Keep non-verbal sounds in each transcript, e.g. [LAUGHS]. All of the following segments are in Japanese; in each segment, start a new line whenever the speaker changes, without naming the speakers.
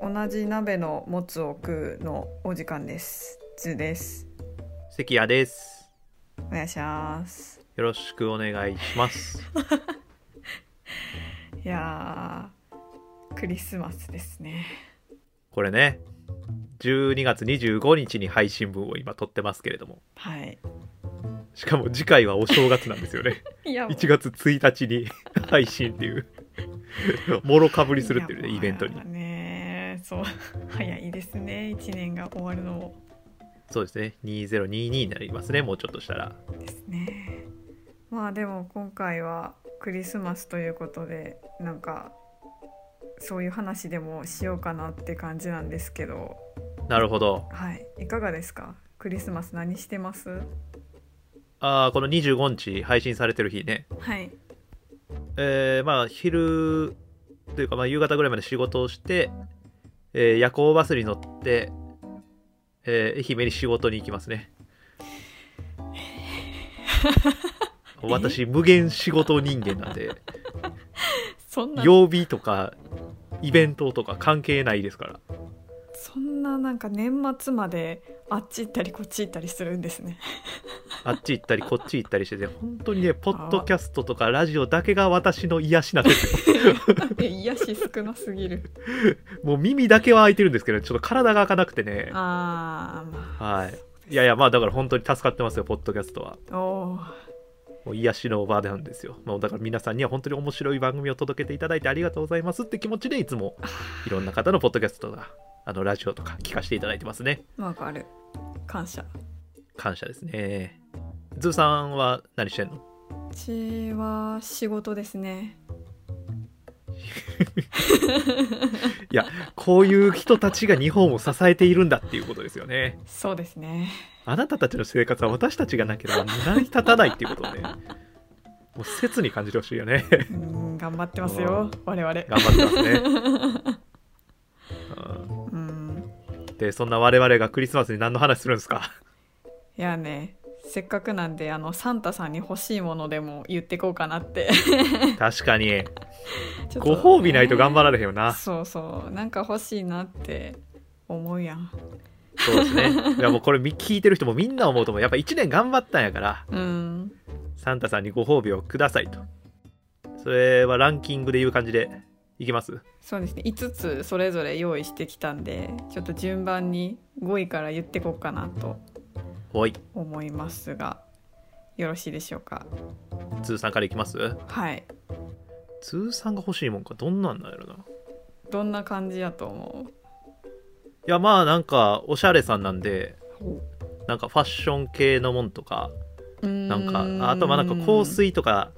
同じ鍋のもつを食うのお時間です。ズーです。
関谷です。
お願いします。
よろしくお願いします。 [LAUGHS]
いやー、クリスマスですね。
これね、12月25日に配信分を今撮ってますけれども、
はい。
しかも次回はお正月なんです
[LAUGHS]
よね。
いやもう
1月1日に配信っ
[LAUGHS]
ていう、もろかぶりするっていうね、
いや
イベントに
もう。ね、そう、 [LAUGHS] 早いですね。一年が終わるのも
そうですね、2022になりますね、もうちょっとしたら。
ですね。まあでも今回はクリスマスということで、なんかそういう話でもしようかなって感じなんですけど、
なるほど。
はい。いかがですか？クリスマス何してます？
ああ、この25日配信されてる日ね、
はい。
えーまあ昼というかまあ夕方ぐらいまで仕事をして、えー夜行バスに乗って、えー愛媛に仕事に行きますね私無限仕事人間なんで
そんな
曜日とかイベントとか関係ないですから
そんななんか年末まであっち行ったりこっち行ったりするんですね。
あっち行ったりこっち行ったりしてて本当にねポッドキャストとかラジオだけが私の癒しなんですよ
[LAUGHS] 癒し少なすぎ [LAUGHS] る。
もう耳だけは開いてるんですけどちょっと体が開かなくてね
ああま
はいいやいやまあだから本当に助かってますよポッドキャストは
あ。おお。
もう癒しの場なんですよもうだから皆さんには本当に面白い番組を届けていただいてありがとうございますって気持ちでいつもいろんな方のポッドキャストとかあのラジオとか聞かせていただいてますね
わかる。感謝。
感謝ですねズーさんは何してんの
うちは仕事ですね。
いやこういう人たちが日本を支えているんだっていうことですよね
そうですね。
あなたたちの生活は私たちがなければ成り立たないっていうことをねもう切に感じてほしいよね
うん頑張ってますよ我々。
頑張ってますね、 [LAUGHS] うん
うん。
でそんな我々がクリスマスに何の話するんで
[LAUGHS]
すか
いやね。せっかくなんであのサンタさんに欲しいものでも言ってこうかなって。 [LAUGHS]
確かに
ちょっと
ご褒美ないと頑張られへんよな
そうそうなんか欲しいなって思うやん。
そうですねいやもうこれみ聞いてる人もみんな思うと思うやっぱ1年頑張ったんやから
うん。
サンタさんにご褒美をくださいとそれはランキングでいう感じでいきます
そうですね5つそれぞれ用意してきたんでちょっと順番に5位から言ってこうかなと
ほい
思いますがよろしいでしょうか
通さんからいきます
はい
通さんが欲しいもんかどんなんなんやろない
どんな感じやと思
やまあなんかおしゃれさんなんで
う
なんかファッション系のもんとか
うーん
なんかあとまあなんか香水とか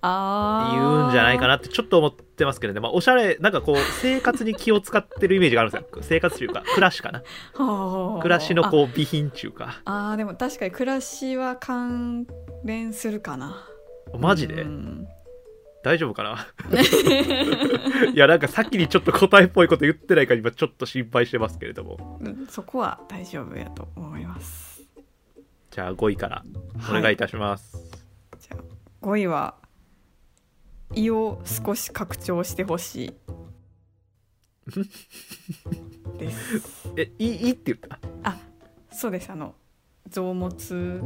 あ
言うんじゃないか
な
なってちょっと思ってますけどね、まあ、おしゃれなんかこう生活に気を使ってるイメージがあるんですよ生活というか暮らしかな暮らしのこう備品中か
ああーでも確かに暮らしは関連するかな
マジで
うん
大丈夫かな [LAUGHS] いやなんかさっきにちょっと答えっぽいこと言ってないから今ちょっと心配してますけれども
うんそこは大丈夫やと思います
じゃあ5位からお願いいたします、
じゃあ5位は胃を少し拡張してほ
[LAUGHS]
しいです
えいいいいって言った
あそうですあの臓物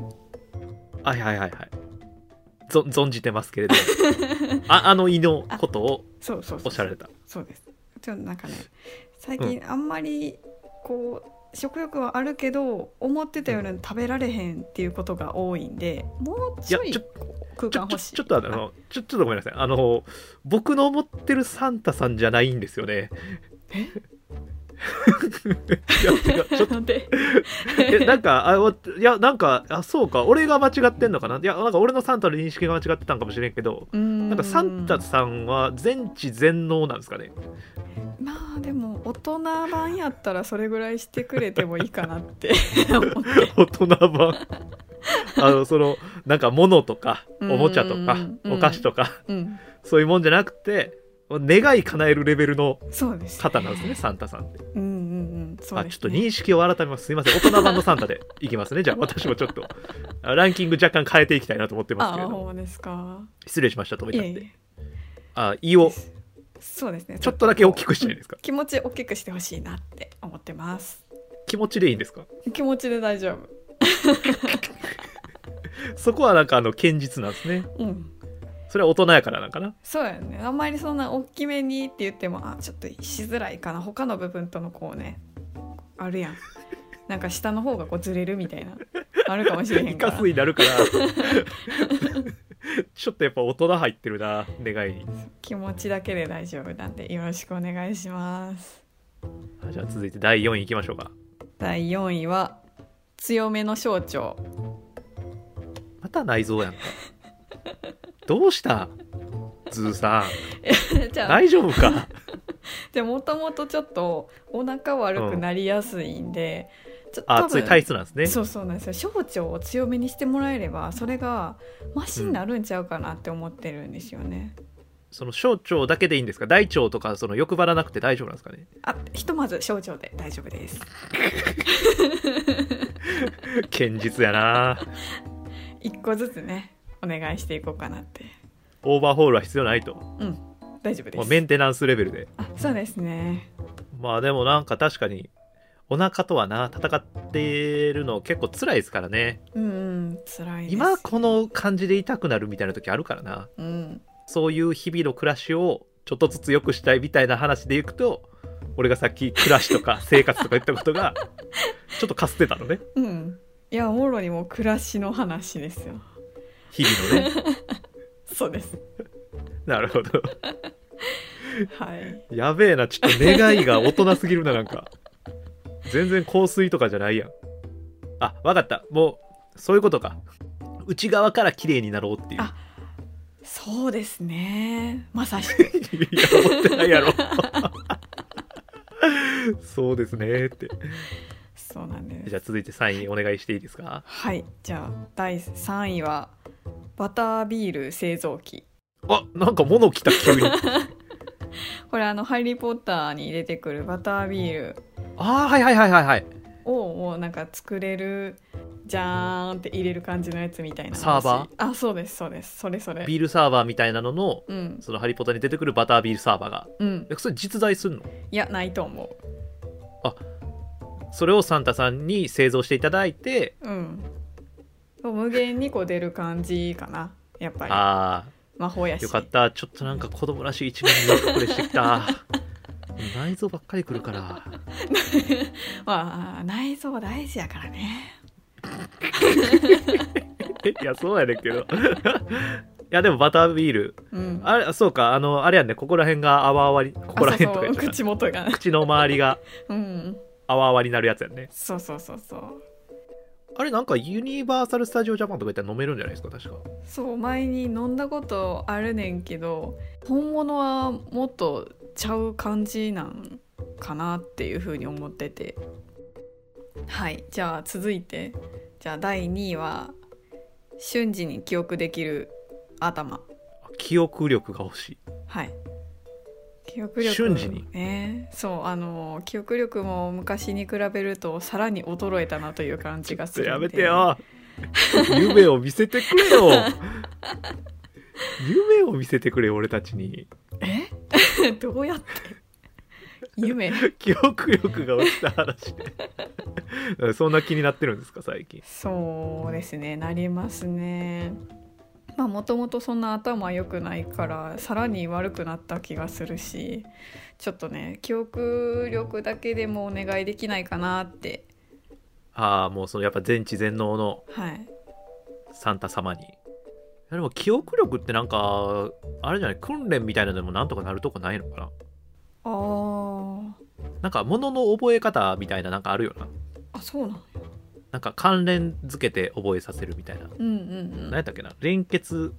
はいはいはいはいぞ存じてますけ
[LAUGHS]
れどああの胃のことを
そうそうそう
おっしゃられた
そうですちょっとなんかね最近あんまりこう食欲はあるけど思ってたより食べられへんっていうことが多いんでもうちょい
いやち
こう空
ちょ
間
ちょ
欲しい
ちょっとあのちょちょっとごめんなさいあの僕の思ってるサンタさんじゃないんですよね [LAUGHS]
え
いや違うちょっ
[LAUGHS]
と
なんで
[LAUGHS] え
[LAUGHS]
なんかあおいやなんかあそうか俺が間違ってんのかないやなんか俺のサンタの認識が間違ってたんかもしれんけど
な
なんかサンタさんは全知全能なんですかね [LAUGHS]
まあでも大人版やったらそれぐらいしてくれてもいいかなって思って
大人版あのそのなんか物とかお
うん
もちゃとか
うん
お菓子とか
[LAUGHS] うん
そういうもんじゃなくて願い叶えるレベルの
そうです
方なんですねサンタさんって
うんうんうんそう
あ
で
ちょっ
す、
と
ね、
認識を改めます。すいません。大人版のサンタでいきますね。じゃあ、私もちょっと、あランキング若干変えていきたいなと思ってますけ
あ
れ
あ
ども。
ほんまですか
失礼しました、止め
い
ちゃっ
えい
て。
え
あ、胃を
そうですね
ちょっとだけ大きくしたいですか
気持ち大きくしてほしいなって思ってます
気持ちでいいんですか
気持ちで大丈
そこはなんかあの堅実なんですね
夫うん
それは大人やからなんかな
そうやねあんまりそんな大きめにって言ってもあちょっとしづらいかな他の部分とのこうねあるやんなんか下の方がこうずれるみたいなあるかもしれへ
イ
んか [LAUGHS]
カ
ら
スになるからちょっとやっぱ大人入ってるな願いに
気持ちだけで大丈夫なんでよろしくお願いします
あじゃあ続いて第4位いきましょうか
第4位は強めの [LAUGHS] 象徴
また内臓やんかどうしたズーさ
じ
ん
ゃあ
大丈
[LAUGHS]
夫か
でもともとちょっとお腹悪くなりやすいんで、ちょっと
あ
多
つい
分
体質なんですね
そうそうなんですよ象徴を強めにしてもらえればそれがマシになるんちゃうかなって思ってるんですよね、
その小腸だけでいいんですか大腸とかその欲張らなくて大丈夫なんですかね
あひとまず象徴で大丈夫です
堅実やな
一個ずつねお願いしていこうかなって
オーバーホールは必要ないと
うん大丈夫で
もう
す、
メンテナンスレベルで
あそうですね
まあでもなんか確かにお腹とはな戦ってるの結構辛いですからね
うんうん辛いです
今この感じで痛くなるみたいな時あるからな
うん
そういう日々の暮らしをちょっとずつ良くしたいみたいな話でいくと俺がさっき暮らしとか生活とか言ったことがちょっとかすってたのね
うんいやもろにもう暮らしの話ですよ
日々 [LAUGHS] のね
そうです
なるほど
はい
やべえなちょっと願いが大人すぎるななんか全然香水とかじゃないやんあわかったもうそういうことか内側から綺麗になろうっていう
あそうですねまさしく
いや思ってないやろそうですねって
そうなんです
じゃあ続いてサインお願いしていいですか
はいじゃあ第3位はバタービール製造機
あなんか物来た急にあ
これあの「ハリー・ポッター」に出てくるバタービール
あはいはいはいはいはい
をもうなんか作れるじゃーんって入れる感じのやつみたいな
サーバ
ーあそうですそうですそれそれ
ビールサーバーみたいなのの
うん
そのハリポタに出てくるバタービールサーバーが
うん
えそれ実在すんの
いやないと思
それをサンタさんに製造していただいて
ううんそう無限にこう出る感じかなやっぱり
あ
魔法や
あ
し
よかったちょっとなんか子供らしい一面に隠れしてき [LAUGHS] た内臓ばっかりくるから
まあ内臓大事やからね
[LAUGHS] いやそうやねんけど [LAUGHS] いやでもバタービール
うん
あれそうかあのあれやんねここら辺が泡泡にここら辺とか言
あ
っ
そう
て
そう
た
口元が [LAUGHS]
口の周りが
うん
泡泡になるやつやんね
そうそうそうそう
あれなんかユニバーサル・スタジオ・ジャパンとか言ったら飲めるんじゃないですか確か
そう前に飲んだことあるねんけど本物はもっとちゃう感じなんかなっていうふうに思っててはいじゃあ続いてじゃあ第2位は瞬時に記憶できる頭
記憶力が欲しい
はい記憶力
瞬時に
ねそうあの記憶力も昔に比べるとさらに衰えたなという感じがするんで
やめてよ [LAUGHS] 夢を見せてくれよ夢を見せてくれよ俺たちに
え [LAUGHS] どうやって夢
記憶力が落ちた話 [LAUGHS] でそんな気になってるんですか最近
そうですねなりますねまあもともとそんな頭良くないからさらに悪くなった気がするしちょっとね記憶力だけでもお願いできないかなって
ああもうそのやっぱ全知全能の
はい
サンタ様にいやでも記憶力ってなんかあれじゃない訓練みたいなのでもなんとかなるとこないのかな
あー
なんか物の覚え方みたいななんかあるよな
あそうなん
なんか関連付けて覚えさせるみたいな
うん
何
うん
やったっけな連結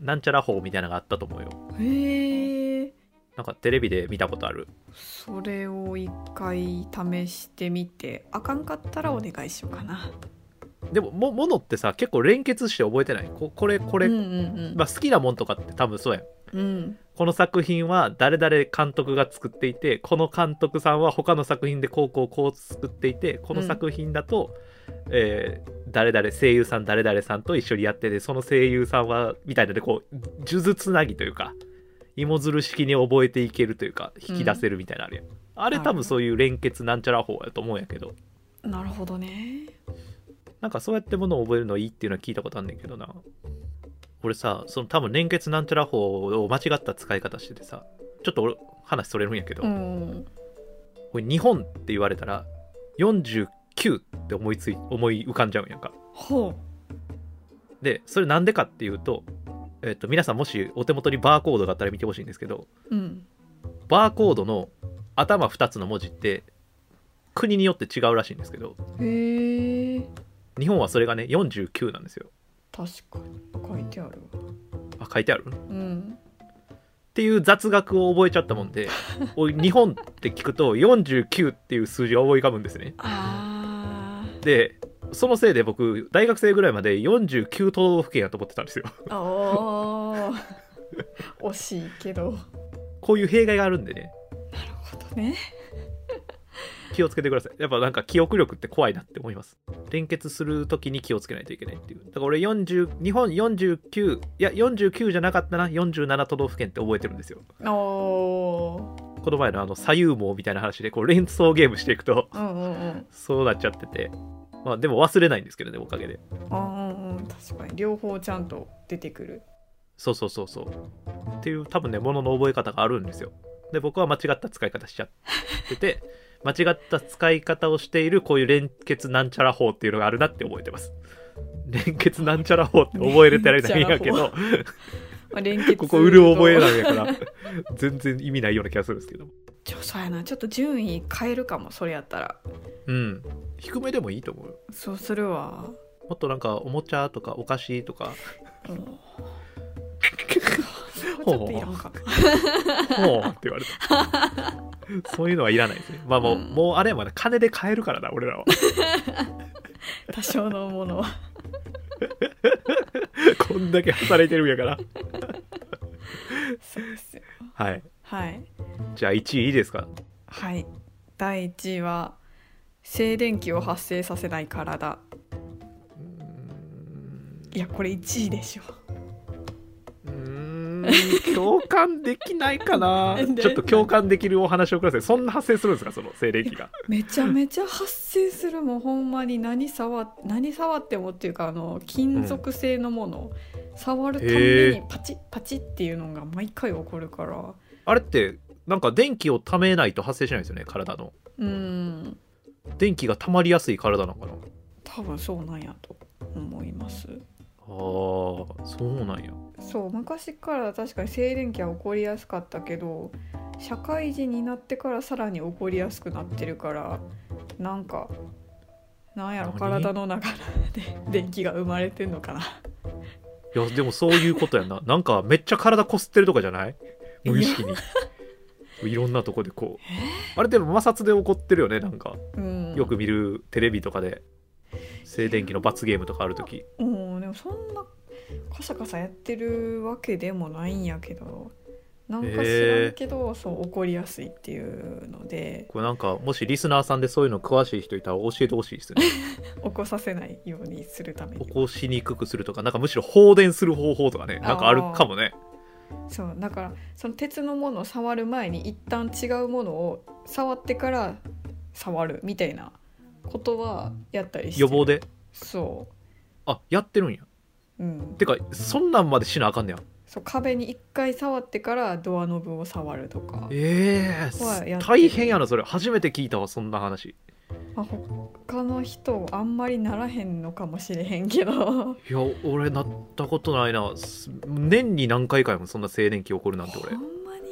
なんちゃら法みたいなのがあったと思うよ
うんへえ
なんかテレビで見たことある
それを一回試してみてあかんかったらお願いしようかな
でももものってさ結構連結して覚えてないここれこ
こ
れ、
うんうん
まあ、好きなもんとかって多分そうやん
うんうん
この作品は誰々監督が作っていてこの監督さんは他の作品でこうこうこう作っていてこの作品だと、えー誰々声優さん誰々さんと一緒にやっててその声優さんはみたいなでこう数珠つなぎというか芋づる式に覚えていけるというか引き出せるみたいなあれ、あれ
はい
多分そういう連結なんちゃら法やと思うんやけど
なるほどね
なんかそうやってものを覚えるのいいっていうのは聞いたことあんねんけどな俺さその多分連結なんちゃら法を間違った使い方しててさちょっと俺話それるんやけど、
うん
これ日本って言われたら49って思いつい思い浮かんじゃうんやんか
ほ
でそれなんでかっていうと,、えっと皆さんもしお手元にバーコードがあったら見てほしいんですけど
ううん
バーコードの頭2つの文字って国によって違うらしいんですけど
へえ
日本はそれがね49なんですよ
確かに書いてあるわ
あ書いてあるっ
うん
ていう雑学を覚えちゃったもんでおい日本って聞くと49っていう数字が思い浮かぶんですね
あ
でそのせいで僕大学生ぐらいまで49都道府県やと思ってたんですよ [LAUGHS]
ーおー惜しいけどな
こういう弊害があるんでね
るほどね
気をつけてくださいやっぱなんか記憶力って怖いなって思います連結する時に気をつけないといけないっていうだから俺40日本49いや49じゃなかったな47都道府県って覚えてるんですよ
おお
この前のあの左右網みたいな話でこう連想ゲームしていくと
ーうんうんうん
そうなっちゃっててまあでも忘れないんですけどねおかげで
あーうんうん確かに両方ちゃんと出てくる
そうそうそうそうっていう多分ねものの覚え方があるんですよで僕は間違った使い方しちゃってて [LAUGHS] 間違った使い方をしているこういう連結なんちゃら法っていうのがあるなって覚えてます連結なんちゃら法って覚えれてないんやけ [LAUGHS] ど
まあ連結
ここ売る覚え
な
なんやから [LAUGHS] 全然意味ないような気がするんですけど
ちょそうやなちょっと順位変えるかもそれやったら
うん低めでもいいと思うよ
そうするわ
もっとなんかおもちゃとかお菓子とか [LAUGHS]
うんち
ほう
ょっといらんか [LAUGHS]
もうって言われ [LAUGHS] たそういうのはいらないですねまあもう,、
うん
もうあれはまだ金で買えるからな俺らは
多少のものは
[LAUGHS] こんだけ働いてるんやから
そうですよ
はい
はい
じゃあ1位いいですか
はい第1位は静電気を発生させない体いやこれ1位でしょ
うーん共感できないか [LAUGHS] な
で
ちょっと共感できるお話をくださいそんな発生するんですかその静電気が
めちゃめちゃ発生するもうほんまに何触何触ってもっていうかあの金属製のもの、触るた
へ
め
え
にパチッパチッっていうのが毎回起こるから
[LAUGHS] あれってなんか電気をためないと発生しないですよね体の
うん
電気がたまりやすい体なのかなあ
多分そうなんやと思います
あそうなんや
そう昔から確かに静電気は起こりやすかったけど社会人になってからさらに起こりやすくなってるからなんかなんやろ
何
体の中で [LAUGHS] 電気が生まれてんのかない
やでもそういうこと [LAUGHS] やななんかめっちゃ体こすってるとかじゃない無意識にいろんなとこでこうあれでも摩擦で起こってるよねなんか
うん
よく見るテレビとかで静電気の罰ゲームとかある時
うんでもそんなカサカサやってるわけでもないんやけどなんか知らんけど、そう起こりやすいっていうので
これなんかもしリスナーさんでそういうの詳しい人いたら教えてほしいですね
起こさせないようにするため
起
に
こしにくくするとかなんかむしろ放電する方法とかねなんかあるかもね
そうだからその鉄のものを触る前に一旦違うものを触ってから触るみたいなことはやったりして
予防で
そ
あやってるんや
う、うん、
てかそんなんまでしなあかんねや
そう壁に一回触ってからドアノブを触るとか、
ええ
はいやってる
大変やなそれ初めて聞いたわそんな話
まあ、他の人あんまりならへんのかもしれへんけど
いや俺なったことないなす年に何回かやもんそんな静電気起こるなんて
ほ
俺
んまに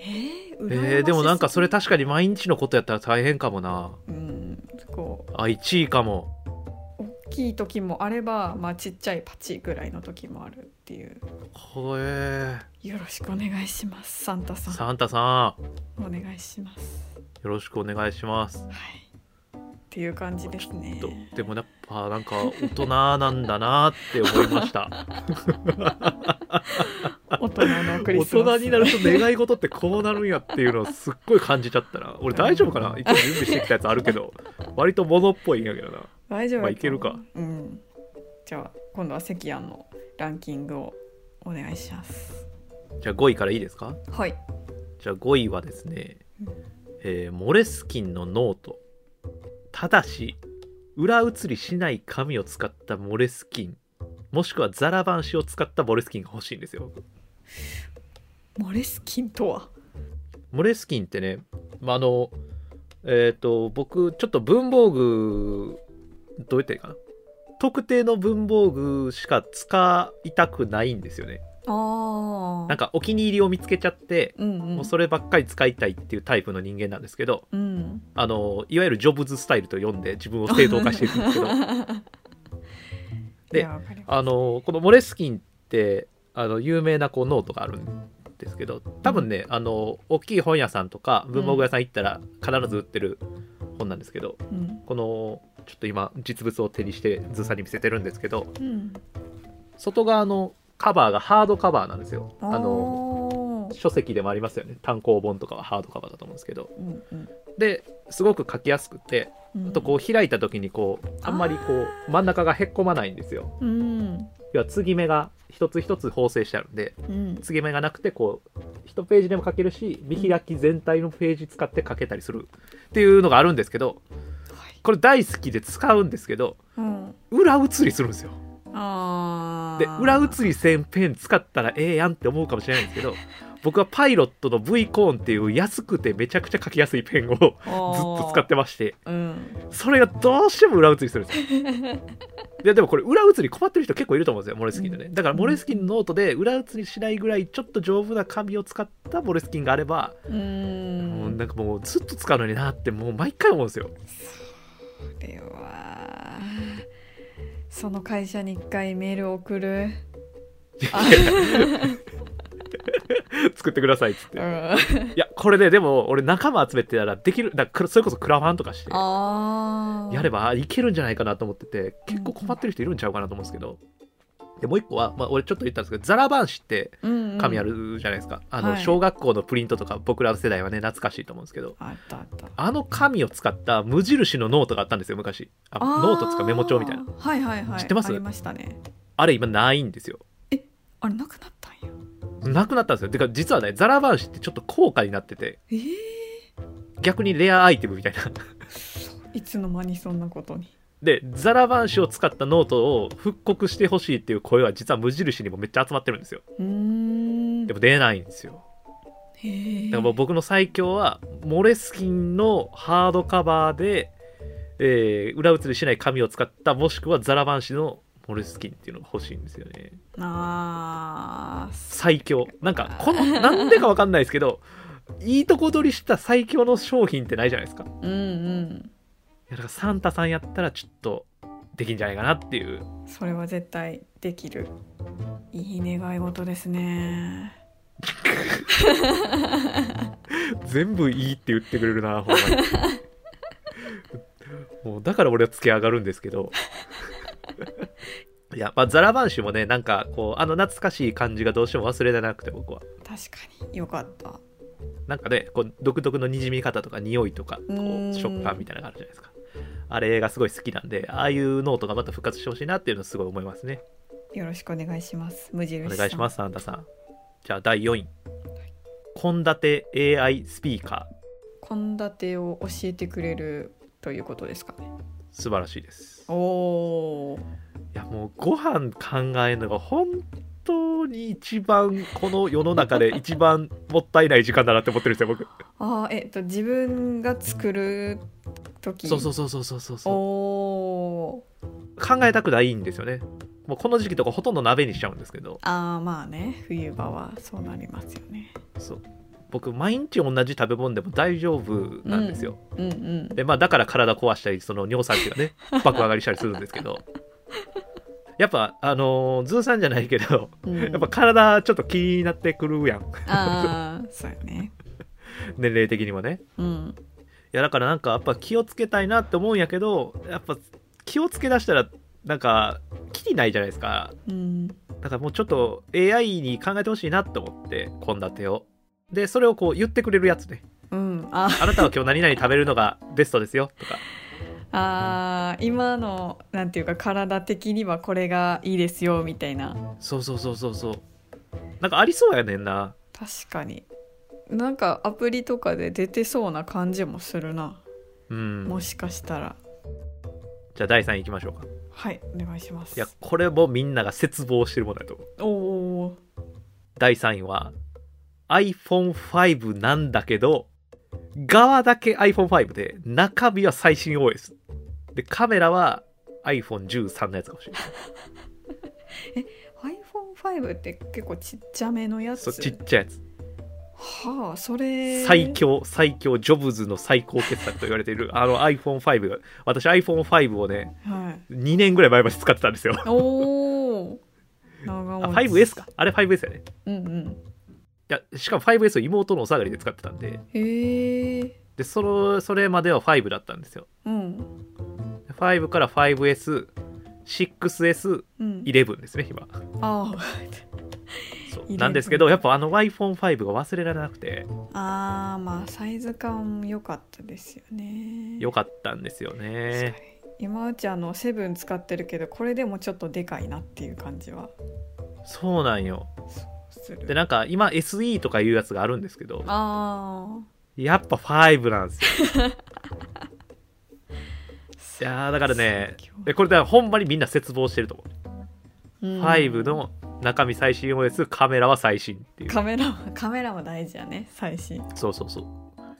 えー、羨ましすぎ
えー、でもなんかそれ確かに毎日のことやったら大変かもな
うんこう
あ1位かも
大きい時もあれば、まあ、ちっちゃいパチぐらいの時もあるっていう
ほえ
よろしくお願いしますサンタさん
サンタさん
お願いします。
よろしくお願いします
はい。っていう感じですね。
とでもやっぱなんか大人なんだなって思いました
大人のク
大
リスマス。
人になると願い事ってこうなるんやっていうのをすっごい感じちゃったな俺大丈夫かな一応準備してきたやつあるけど割と物っぽいんやけどな
大丈夫。
まあいけるか。
うん。じゃあ今度は関庵のランキングをお願いします。
じゃあ5位からいいですか
はい
じゃあ5位はですね
うん、
えーモレスキンのノート。ただし、裏写りしない紙を使ったモレスキン、もしくはザラ版紙を使ったモレスキンが欲しいんですよ。
モレスキンとは
モレスキンってね、まあ、あの、えっ、と、僕、ちょっと文房具、どう言ったらいいかな。特定の文房具しか使いたくないんですよね。
あ
なん
か
かお気に入りを見つけちゃって、
うんうん
もうそればっかり使いたいっていうタイプの人間なんですけど、
うん
あのいわゆるジョブズスタイルと呼んで自分を正当化していくんですけどで
いやわかります
あのこのモレスキンってあの有名なこうノートがあるんですけど多分ね、あの大きい本屋さんとか文房具屋さん行ったら必ず売ってる本なんですけど、
うん
このちょっと今実物を手にしてずさに見せてるんですけど
うん
外側のカバーがハードカバーなんですよ。あの
の
書籍でもありますよね単行本とかはハードカバーだと思うんですけど
うんうん
ですごく書きやすくて
うん
あとこう開いた時にこうあんまりこう真ん中がへっこまないんですよ
うん
要は継ぎ目が一つ一つ縫製してあるんで
うん
継ぎ目がなくてこう一ページでも書けるし見開き全体のページ使って書けたりするっていうのがあるんですけど
はい
これ大好きで使うんですけど
うん
裏写りするんですよ
あ
で
ー
裏写りせんペン使ったらええやんって思うかもしれないんですけど [LAUGHS] 僕はパイロットの V コーンっていう安くてめちゃくちゃ書きやすいペンを [LAUGHS] ずっ
ずっ
と使ってまして
うん
それがどうしても裏写りするんですよ [LAUGHS] いやでもこれ裏写り困ってる人結構いると思うんですよモレスキンでねだからモレスキンのノートで裏写りしないぐらいちょっと丈夫な紙を使ったモレスキンがあれば、
うーん
もうなんかもうずっと使うのになってもう毎回思うんですよ [LAUGHS]
これはその会社に一回メール送るあ
作ってくださいっつって
う
い
ん
やこれででも俺仲間集めてたらできるだからそれこそクラファンとかして
[LAUGHS] あー
やればいけるんじゃないかなと思ってて結構困ってる人いるんちゃうかなと思うんですけどでもう一個は、まあ、俺ちょっと言ったんですけどザラバン紙って
うんうん
紙あるじゃないですか、あの
はい
小学校のプリントとか僕らの世代はね懐かしいと思うんですけど
あったあった
あの紙を使った無印のノートがあったんですよ昔あノートつかメモ帳みたいな
はいはいはい
知ってます
ありましたね
あれ今ないんですよ
あれなくなったんや
なくなったんですよてか実はねザラバン紙ってちょっと高価になってて
えー、
逆にレアアイテムみたいな [LAUGHS]
いつの間にそんなことに
でザラバン紙を使ったノートを復刻してほしいっていう声は実は無印にもめっちゃ集まってるんですよ
うーん
でも出ないんですよ
へー
だからもう僕の最強はモレスキンのハードカバーで、えー裏写りしない紙を使ったもしくはザラバン紙のモレスキンっていうのが欲しいんですよね
あー
最強なんかこのなんでかわかんないですけど [LAUGHS] いいとこ取りした最強の商品ってないじゃないですかい
うんうん
やだからサンタさんやったらちょっとできんじゃないかなっていう
それは絶対できるいい願い事ですね
全部いいって言ってくれるなほん [LAUGHS] まにもうだから俺はつけ上がるんですけどいやまあザラバンシュもねなんかこうあの懐かしい感じがどうしても忘れられなくて僕は
確かによかった
なんかねこう独特のにじみ方とか匂いとかこ
うーん
う食感みたいなのがあるじゃないですかあれがすごい好きなんでああいうノートがまた復活してほしいなっていうのをすごい思いますね
よろしくお願いします無印
お
さん
願いしますすサンタさんじゃあ第4位献立 AI スピーカー
献立を教えてくれるということですかね
素晴らしいです
おお
いやもうご飯考えるのが本当に一番この世の中 [LAUGHS] で一番もったいない時間だなって思ってるんですよ僕
あーえっと自分が作る時
そうそうそうそうそうそう
お
そう
お
考えたくないんですよねもうこの時期とかほとんど鍋にしちゃうんですけど
ああまあね冬場はそうなりますよね
そう僕毎日同じ食べ物でも大丈夫なんですよ、
うんうん
でまあだから体壊したりその尿酸値が [LAUGHS] ね爆上がりしたりするんですけどやっぱあのーズーさんじゃないけど
うん
やっぱ体ちょっと気になってくるやん
ああそうよね
年齢的にもね
うん
いやだからなんかやっぱ気をつけたいなって思うんやけどやっぱ気をつけ出したらなんかきりないじゃないですか
うん
だからもうちょっと AI に考えてほしいなって思って献立をでそれをこう言ってくれるやつね
うんあ
あなたは今日何々食べるのが [LAUGHS] ベストですよとか
あー今のなんていうか体的にはこれがいいですよみたいな
そうそうそうそうそうなんかありそうやねんな
確かになんかアプリとかで出てそうな感じもするな、
うん
もしかしたら
じゃあ第3位いきましょうか
はいお願いします
いやこれもみんなが絶望してるものだと思う
おお
第3位は iPhone5 なんだけど側だけ iPhone5 で中身は最新 OS でカメラは iPhone13 のやつかもしれない
iPhone5 って結構ちっちゃめのや
そう
つ
ちっちゃいやつ
はあそれ
最強最強ジョブズの最高傑作と言われているあの iPhone5 が私 iPhone5 をね
はい
2年ぐらい前まで使ってたんですよ
おお長
あ
持ち
5S かあれ 5S やね
うんうん
いやしかも 5S を妹のお下がりで使ってたんで
へえ
でそのそれまでは5だったんですよ
うん
5から 5S6S
うん
11ですね今
あ
そう
11
なんですけどやっぱあの iPhone5 が忘れられなくて
ああーまあサイズ感良かったですよね
よかったんですよ
確
ね
かに今うちあのセブン使ってるけどこれでもちょっとでかいなっていう感じは
そうなんよ
す
で
る
なんか今 SE とかいうやつがあるんですけど
あ
やっぱ5なんですよ
[LAUGHS]
い
あ
やーだからねでこれだからほんまにみんな絶望してると思
う
う、
ん
5の中身最新 OS カメラは最新っていう
カメラもカメラも大事やね最新
そうそうそうい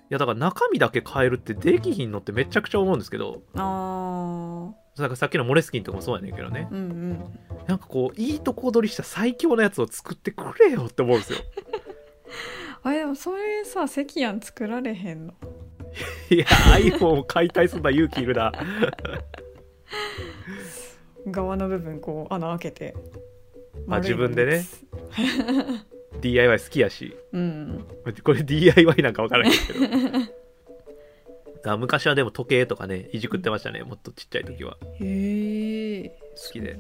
やだから中身だけ変えるってできひんのってめちゃくちゃ思うんですけど
あー
なんかさっきのモレスキンとかもそうやねんけどね
うんうん
なんかこういいとこ取りした最強のやつを作ってくれよって思うんですよ
あれでもそれさ赤やん作られへんの
[LAUGHS] いや iPhone を解体するのは勇気いるな
側の部分こう穴開けて
まあ
丸いの
自分でね
打
DIY 好きやし
つうん
これ DIY なんかわからないけどあ昔はでも時計とかねいじくってましたねもっとちっちゃい時は
へえ
好きで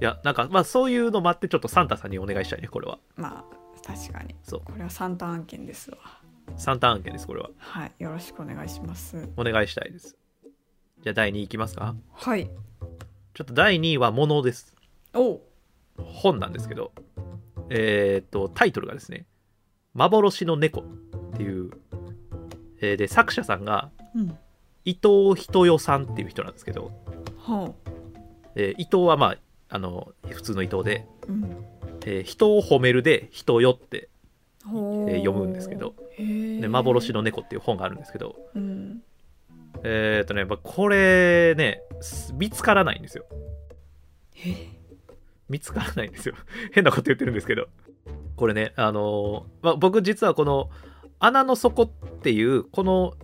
いやなんかまあそういうのもあってちょっとサンタさんにお願いしたいねこれは
まあ確かに
そう
これは三ターン案件ですわ
サンタ案件ですこれは
はいよろしくお願いします
お願いしたいですじゃあ第2位いきますか
はい
ちょっと第2位は物です
おう
本なんですけどえーっとタイトルがですね「幻の猫」っていう、えーで作者さんが
うん
伊藤仁代さんっていう人なんですけど、
は
えー伊藤はまああの普通の伊藤で、
あうん
えー人を褒めるで人よって、
ほう
えー読むんですけど
へえ
で幻の猫っていう本があるんですけど
うん
えーっとねまあこれねす見つからないんですよ
え
見つからないんですよ [LAUGHS] 変なこと言ってるんですけどこれねあのーまあ、僕実はこの「穴の底」っていうこの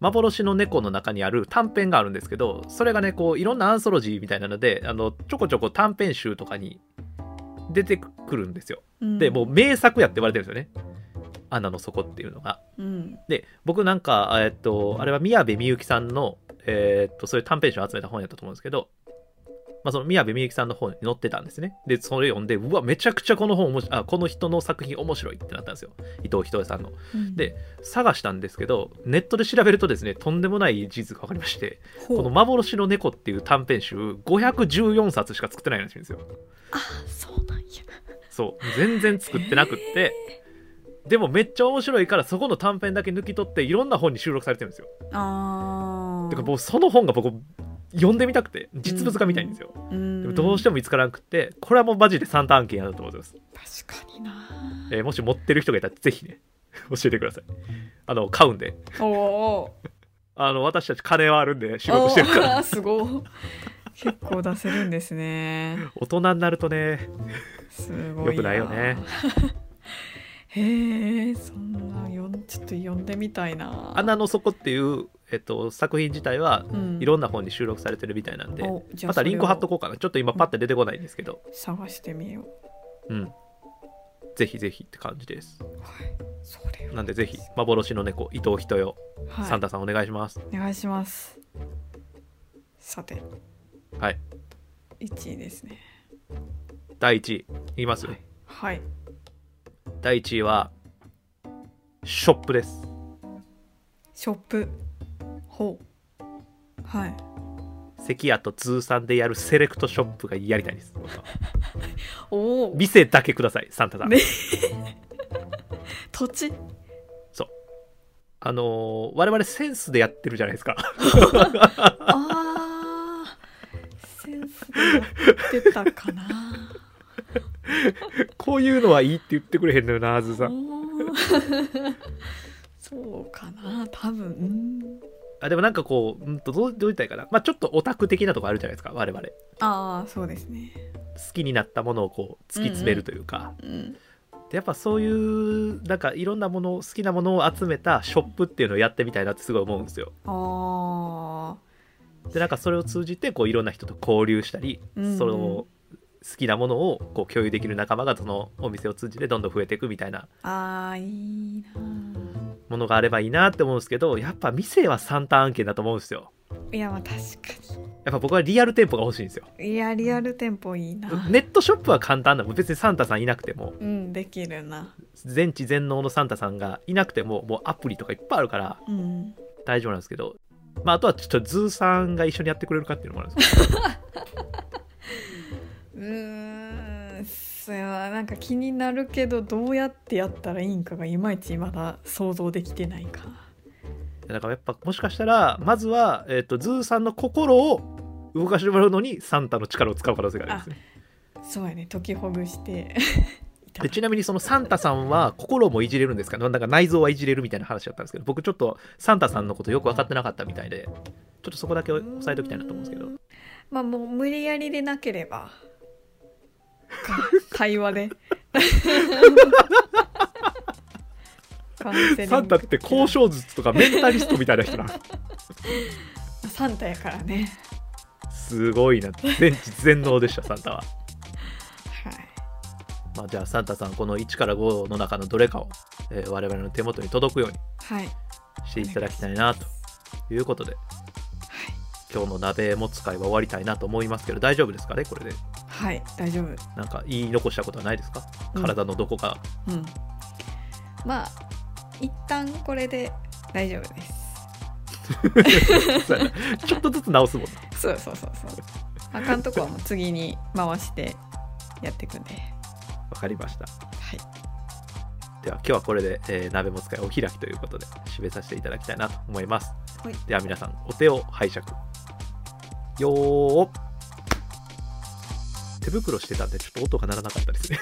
幻の猫の中にある短編があるんですけどそれがねこういろんなアンソロジーみたいなのであのちょこちょこ短編集とかに出てくるんですよ
うん
でもう名作やって言われてるんですよね「穴の底」っていうのが
うん
で僕なんかえっとあれは宮部みゆきさんのえっとそういう短編集を集めた本やったと思うんですけど、まあ、その宮部みゆきさんの本に載ってたんですねでそれ読んでうわめちゃくちゃこの本面白いあこの人の作品面白いってなったんですよ伊藤ひとえさんの
うん
で探したんですけどネットで調べるとですねとんでもない事実が分かりまして
ほう
この「幻の猫」っていう短編集514冊しか作ってないらしいんですよ
あそうなんや
そう全然作ってなくって、でもめっちゃ面白いからそこの短編だけ抜き取っていろんな本に収録されてるんですよ
ああ
てかもうその本が僕読んでみたくて実物が見たいんですよ、
うん
でもどうしても見つからなくてこれはもうマジでサンタ案件やなと思ってます、
確かにな
えーもし持ってる人がいたらぜひね [LAUGHS] 教えてくださいあの買うんで
おお
[LAUGHS] あの私たち金はあるんで仕事してるから
おー [LAUGHS] すごい結構出せるんですね
[LAUGHS] 大人になるとね
すごい
よくないよね
[LAUGHS] へえそんなよんちょっと読んでみたいな
穴の底っていう、えっと、作品自体は
うん
いろんな本に収録されてるみたいなんで、
おじゃあ
またリンク貼っ
それ
と
を
こうかなちょっと今パッて出てこないんですけど
探してみよう
うんぜひぜひって感じです
はいそれを
なんでぜひ幻の猫伊藤ひとよ、
はい
サンタさんお願いします
お願いしますさて
はい
1位ですね
第1位いきます、
はい
第1位はショップです
ショップほうはい
関谷と通算でやるセレクトショップがやりたいです僕は
おお
ビセだけくださいサンタさん、
ね土地
あのー我々センスでやってるじゃないですか
あーセンスでやってたかな
[LAUGHS] こういうのはいいって言ってくれへんのよなあずさ
お
ん
ー [LAUGHS] そうかな多分うん
あでもなんかこううんとどうどう言ったらいいかな、まあ、ちょっとオタク的なとこあるじゃないですか我々好
ああそうですね
きになったものをこう突き詰めるというか、
うん
でやっぱそういうなんかいろんなもの好きなものを集めたショップっていうのをやってみたいなってすごい思うんですよ
あ
でなんかそれを通じてこういろんな人と交流したり、
うんうん
その好きなものをこう共有できる仲間がそのお店を通じてどんどん増えていくみたいな
ーあーいいな
ものがあればいいなって思うんですけどやっぱ店は三ターン案件だと思うんですよ
いやまあ確か
やっぱ僕はリアル店舗が欲しいんですよ
にいやリアル店舗いい [LAUGHS] な
ネットショップは簡単だもん別にサンタさんいなくても
うんできるな
全知全能のサンタさんがいなくてももうアプリとかいっぱいあるから
うん
大丈夫なんですけど、まあ、あとはちょっとズーさんが一緒にやってくれるかっていうのもあるんです
うーんそれはなんか気になるけどどうやってやったらいいんかがいまいちまだ想像できてないか
けどだからやっぱもしかしたらまずは、えっとズーさんの心を動かしてもらうのにサンタの力を使う可能性がありますね
そうやね解きほぐしていた
でちなみにそのサンタさんは心もいじれるんですかなんだか内臓はいじれるみたいな話だったんですけど僕ちょっとサンタさんのことよく分かってなかったみたいでちょっとそこだけ押さえておきたいなと思うんですけど
ーん [LAUGHS] まあもう無理やりでなければか会話 [LAUGHS] でカウンセリング
サンタって交渉術とかメンタリストみたいな人なん
サンタやからね
すごいな全知全能でしたサンタは、
はい
まあ、じゃあサンタさんこの1から5の中のどれかを、えー我々の手元に届くように
はい
していただきたいなということで今日の鍋も使いは終わりたいなと思いますけど大丈夫ですかねこれで
はい大丈夫
なんか言い残したことはないですか
うん
体のどこか、 [LAUGHS]
うんまあ一旦これで大丈夫です
そうやなちょっとずつ直すもんな
そうそうそうそうあかんとこはもう次に回してやっていくんで
わかりました
はい
では今日はこれで、えー鍋も使いお開きということで締めさせていただきたいなと思います、
はい
では皆さんお手を拝借よー手袋してたんでちょっと音が鳴らなかったですね